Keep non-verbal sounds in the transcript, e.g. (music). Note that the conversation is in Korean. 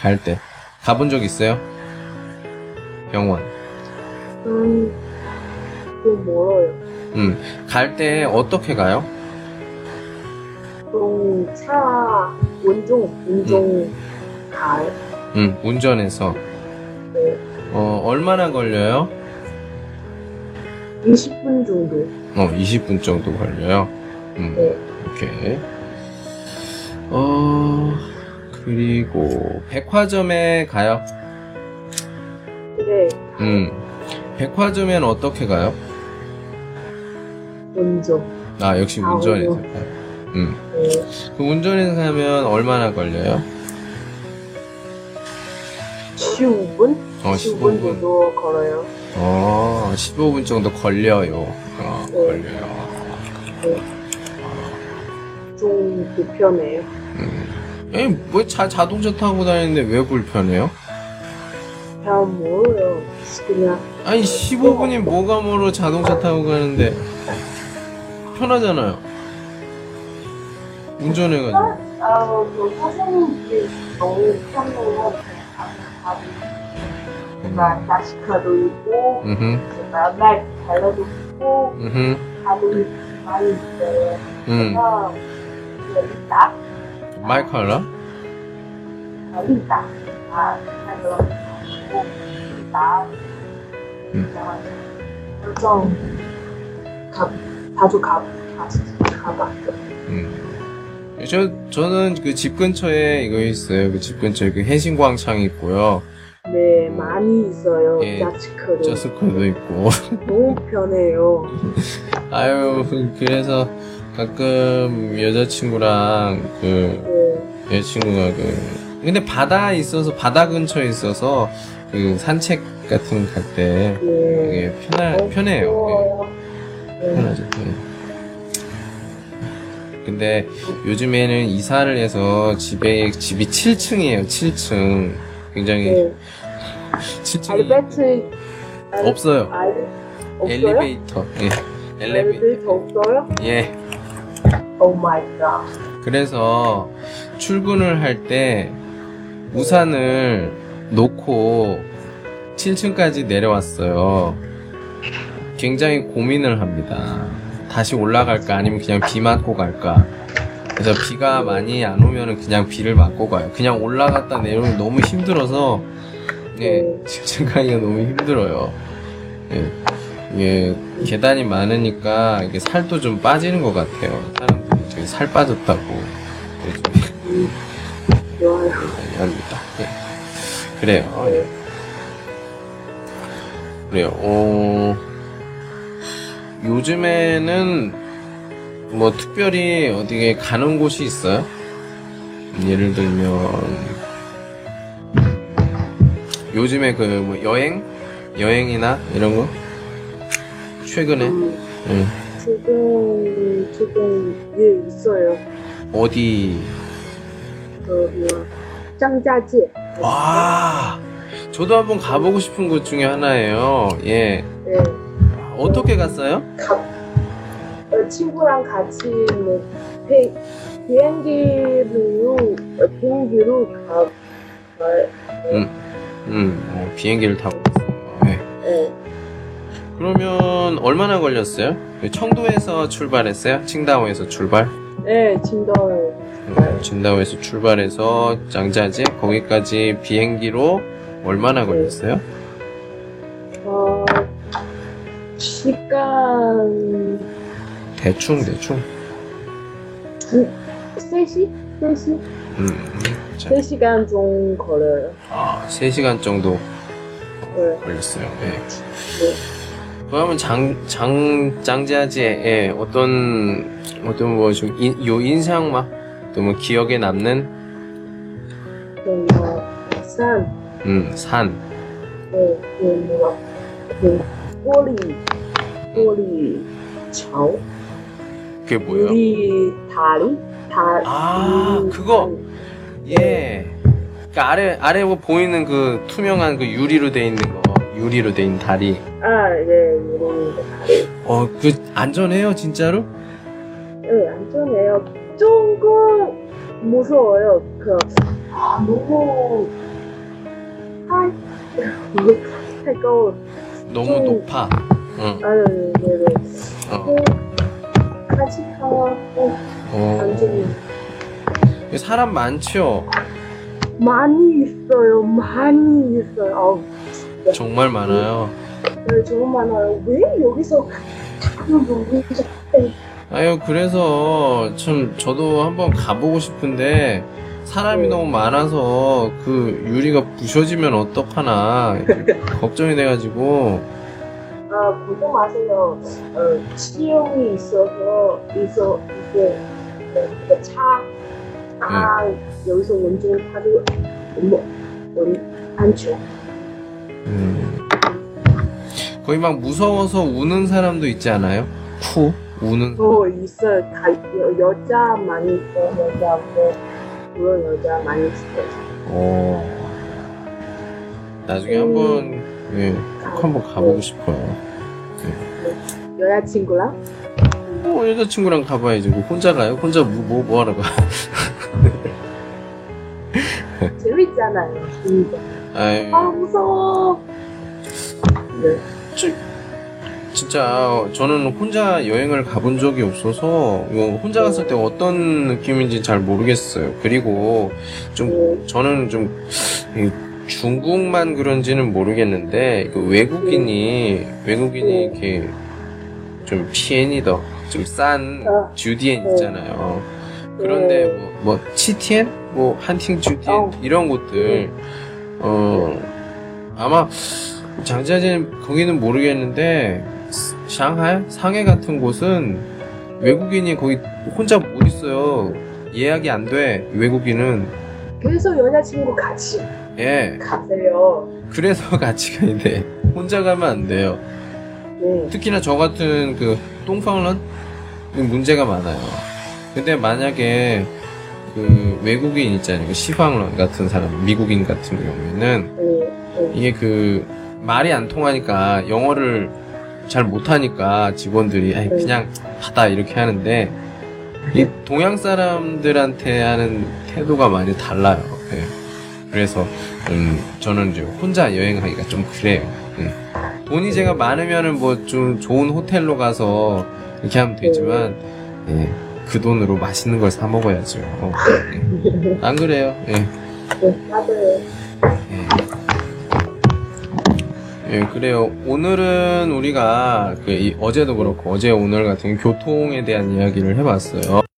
갈 때 가본 적 있어요? 병원. 음, 좀 멀어요. 음. 갈 때 어떻게 가요? 그럼 차 운종 운종 가요. 음. 운전해서. 어, 얼마나 걸려요? 20분 정도. 어, 20분 정도 걸려요. 음, 네. 오케이. 어, 그리고 백화점에 가요. 그래 음, 백화점엔 어떻게 가요? 먼저. 아, 역시 아, 운전해서 오히려. 가요. 음, 네. 그 운전해서 가면 얼마나 걸려요? 15분? 어, 15분 15분. 정도 걸어요. 어, 15분 정도 걸려요. 어, 네. 걸려요. 좀 불편해요. 에이, 왜뭐 자, 자동차 타고 다니는데 왜 불편해요? 잘 모르요. 그냥 아니, 15분이 뭐가 뭐로 자동차 타고 가는데 편하잖아요. 운전해가지고. 아, 그 사장님께 너무 편해요. 제가 자식화도 있고, 음흠, 제가 날 잘라도 있고, 음흠, 밥을 많이 있어요. 음. 그래서 여기 딱, 마이컬라? 음. 여기 딱, 아, 그래서 여기 딱, 음. 좀 가, 자주 가, 가, 가봤어. 음. 저, 저는 그 집 근처에 이거 있어요. 그 집 근처에 그 해신광창 있고요. 네, 많이 있어요. 예, 자치크도 저스쿨도 있고. (laughs) 너무 편해요. 예. 아유, 그래서 가끔 여자친구랑 그 네, 여자친구가 그 근데 바다에 있어서 바다 근처에 있어서 그 산책 같은 거 갈 때 네. 되게 어, 편할 편해요. 좋아요. 예, 네. 편하죠. 예. 근데 요즘에는 이사를 해서 집에 집이 7층이에요. 7층 굉장히 네. 7층 알베트 알- 없어요. 알 없어요? 엘리베이터. 예. 엘리베이터. 엘리베이터 없어요? Oh 예. 오 마이 갓. 그래서 출근을 할 때 우산을 놓고 7층까지 내려왔어요. 굉장히 고민을 합니다. 다시 올라갈까 아니면 그냥 비 맞고 갈까. 그래서 비가 많이 안 오면은 그냥 비를 맞고 가요. 그냥 올라갔다 내려오면 너무 힘들어서 예, 네. 7층 가기가 너무 힘들어요. 예, 이게 계단이 많으니까 이게 살도 좀 빠지는 것 같아요. 사람들이 저기 살 빠졌다고 요즘에 좋아요. 많이 합니다. 예. 그래요. 예. 그래요. 어, 요즘에는 뭐 특별히 어디에 가는 곳이 있어요? 예를 들면 요즘에 그 뭐 여행 여행이나 이런 거 최근에 음, 예. 지금 지금 일 있어요. 어디 그 뭐야 장자지. 와 저도 한번 가보고 싶은 곳 중에 하나예요 예 네. 어떻게 갔어요? 가, 어, 친구랑 같이 뭐 비, 비행기로 어, 비행기로 가. 가 음 어, 비행기를 타고 갔어요 예. 네. 그러면 얼마나 걸렸어요? 청도에서 출발했어요? 칭다오에서 출발? 네, 진도요. 음, 진다오에서 출발해서 장자지 거기까지 비행기로 얼마나 걸렸어요? 어, 시간 대충 대충 두, 3시? 3시? 음, 자, 3시간 좀 걸려요. 아, 3시간 정도 네. 걸렸어요 예. 그러면 장, 장, 장자지에 예, 어떤, 어떤 뭐 좀, 인, 요 인상 막, 또 뭐 기억에 남는, 좀, 어, 산, 음, 산, 네, 그, 뭐, 그, 꼬리, 꼬리, 정, 그게 뭐예요? 우리 다리, 다리. 음. 아, 그거, 예. 그 아래, 아래 뭐 보이는 그 투명한 그 유리로 돼 있는 거, 유리로 돼 있는 다리. 아, 네, 이런 거 다리. 어, 그, 안전해요, 진짜로? 네, 안전해요. 조금 무서워요. 그, 아, 너무 아, 하이 해가운 너무 음. 높아. 응. 아유 네네 어. 네. 같이 가고 어. 완전히 사람 많죠? 많이 있어요 많이 있어요 아우 정말 많아요. 네, 정말 많아요 왜 여기서 가는 모르겠어 아유, 그래서 참 저도 한번 가보고 싶은데 사람이 네. 너무 많아서 그 유리가 부셔지면 (laughs) 어떡하나 걱정이 돼가지고 아 고생 마세요 어, 치용이 있어서 있어 이게 네, 차 아, 여기서 원종을 타고 뭐, 원, 안쪽 음. 거의 막 무서워서 우는 사람도 있지 않아요? 쿠? 우는 사람? 어 있어요. 다 여, 여자 많이 있고 여자 뭐 그런 여자 많이 있어요. 어. 나중에 한번 예, 꼭 한번 가보고 싶어요. 여자친구랑 뭐 여자친구랑 가봐야지. 뭐 혼자 가요? 혼자 뭐 뭐 하러 가? 재밌잖아요. 진짜. 아유, 아 무서워. 네. 진짜 저는 혼자 여행을 가본 적이 없어서 이거 혼자 갔을 때 어떤 느낌인지 잘 모르겠어요. 그리고 좀 네. 저는 좀이 중국만 그런지는 모르겠는데 그 외국인이 외국인이 이렇게 좀 피엔이더 좀 싼 아, 주디엔 네. 있잖아요. 그런데 네. 뭐, 뭐 치티엔, 뭐 한팅 주디엔 어. 이런 곳들 어 아마 장자진 거기는 모르겠는데 상하이, 상해 같은 곳은 외국인이 거기 혼자 못 있어요. 예약이 안 돼. 외국인은 그래서 여자친구 같이 예. 가세요. 그래서 (laughs) 같이 가야 돼. 혼자 가면 안 돼요. 네. 특히나 저 같은 그 똥파울런 문제가 많아요. 근데 만약에 그 외국인 있잖아요. 그 시황런 같은 사람, 미국인 같은 경우에는 네. 이게 그 말이 안 통하니까 영어를 잘 못하니까 직원들이 아이, 그냥 하다 이렇게 하는데 이 동양 사람들한테 하는 태도가 많이 달라요. 예. 그래서 음, 저는 이제 혼자 여행하기가 좀 그래요. 예. 돈이 제가 많으면은 뭐 좀 좋은 호텔로 가서 이렇게 하면 되지만 예, 그 돈으로 맛있는 걸 사 먹어야죠. 어, 예. 안 그래요? 예. 네. 맞아요. 예, 그래요. 오늘은 우리가 그 이- 어제도 그렇고 어제 오늘 같은 교통에 대한 이야기를 해봤어요.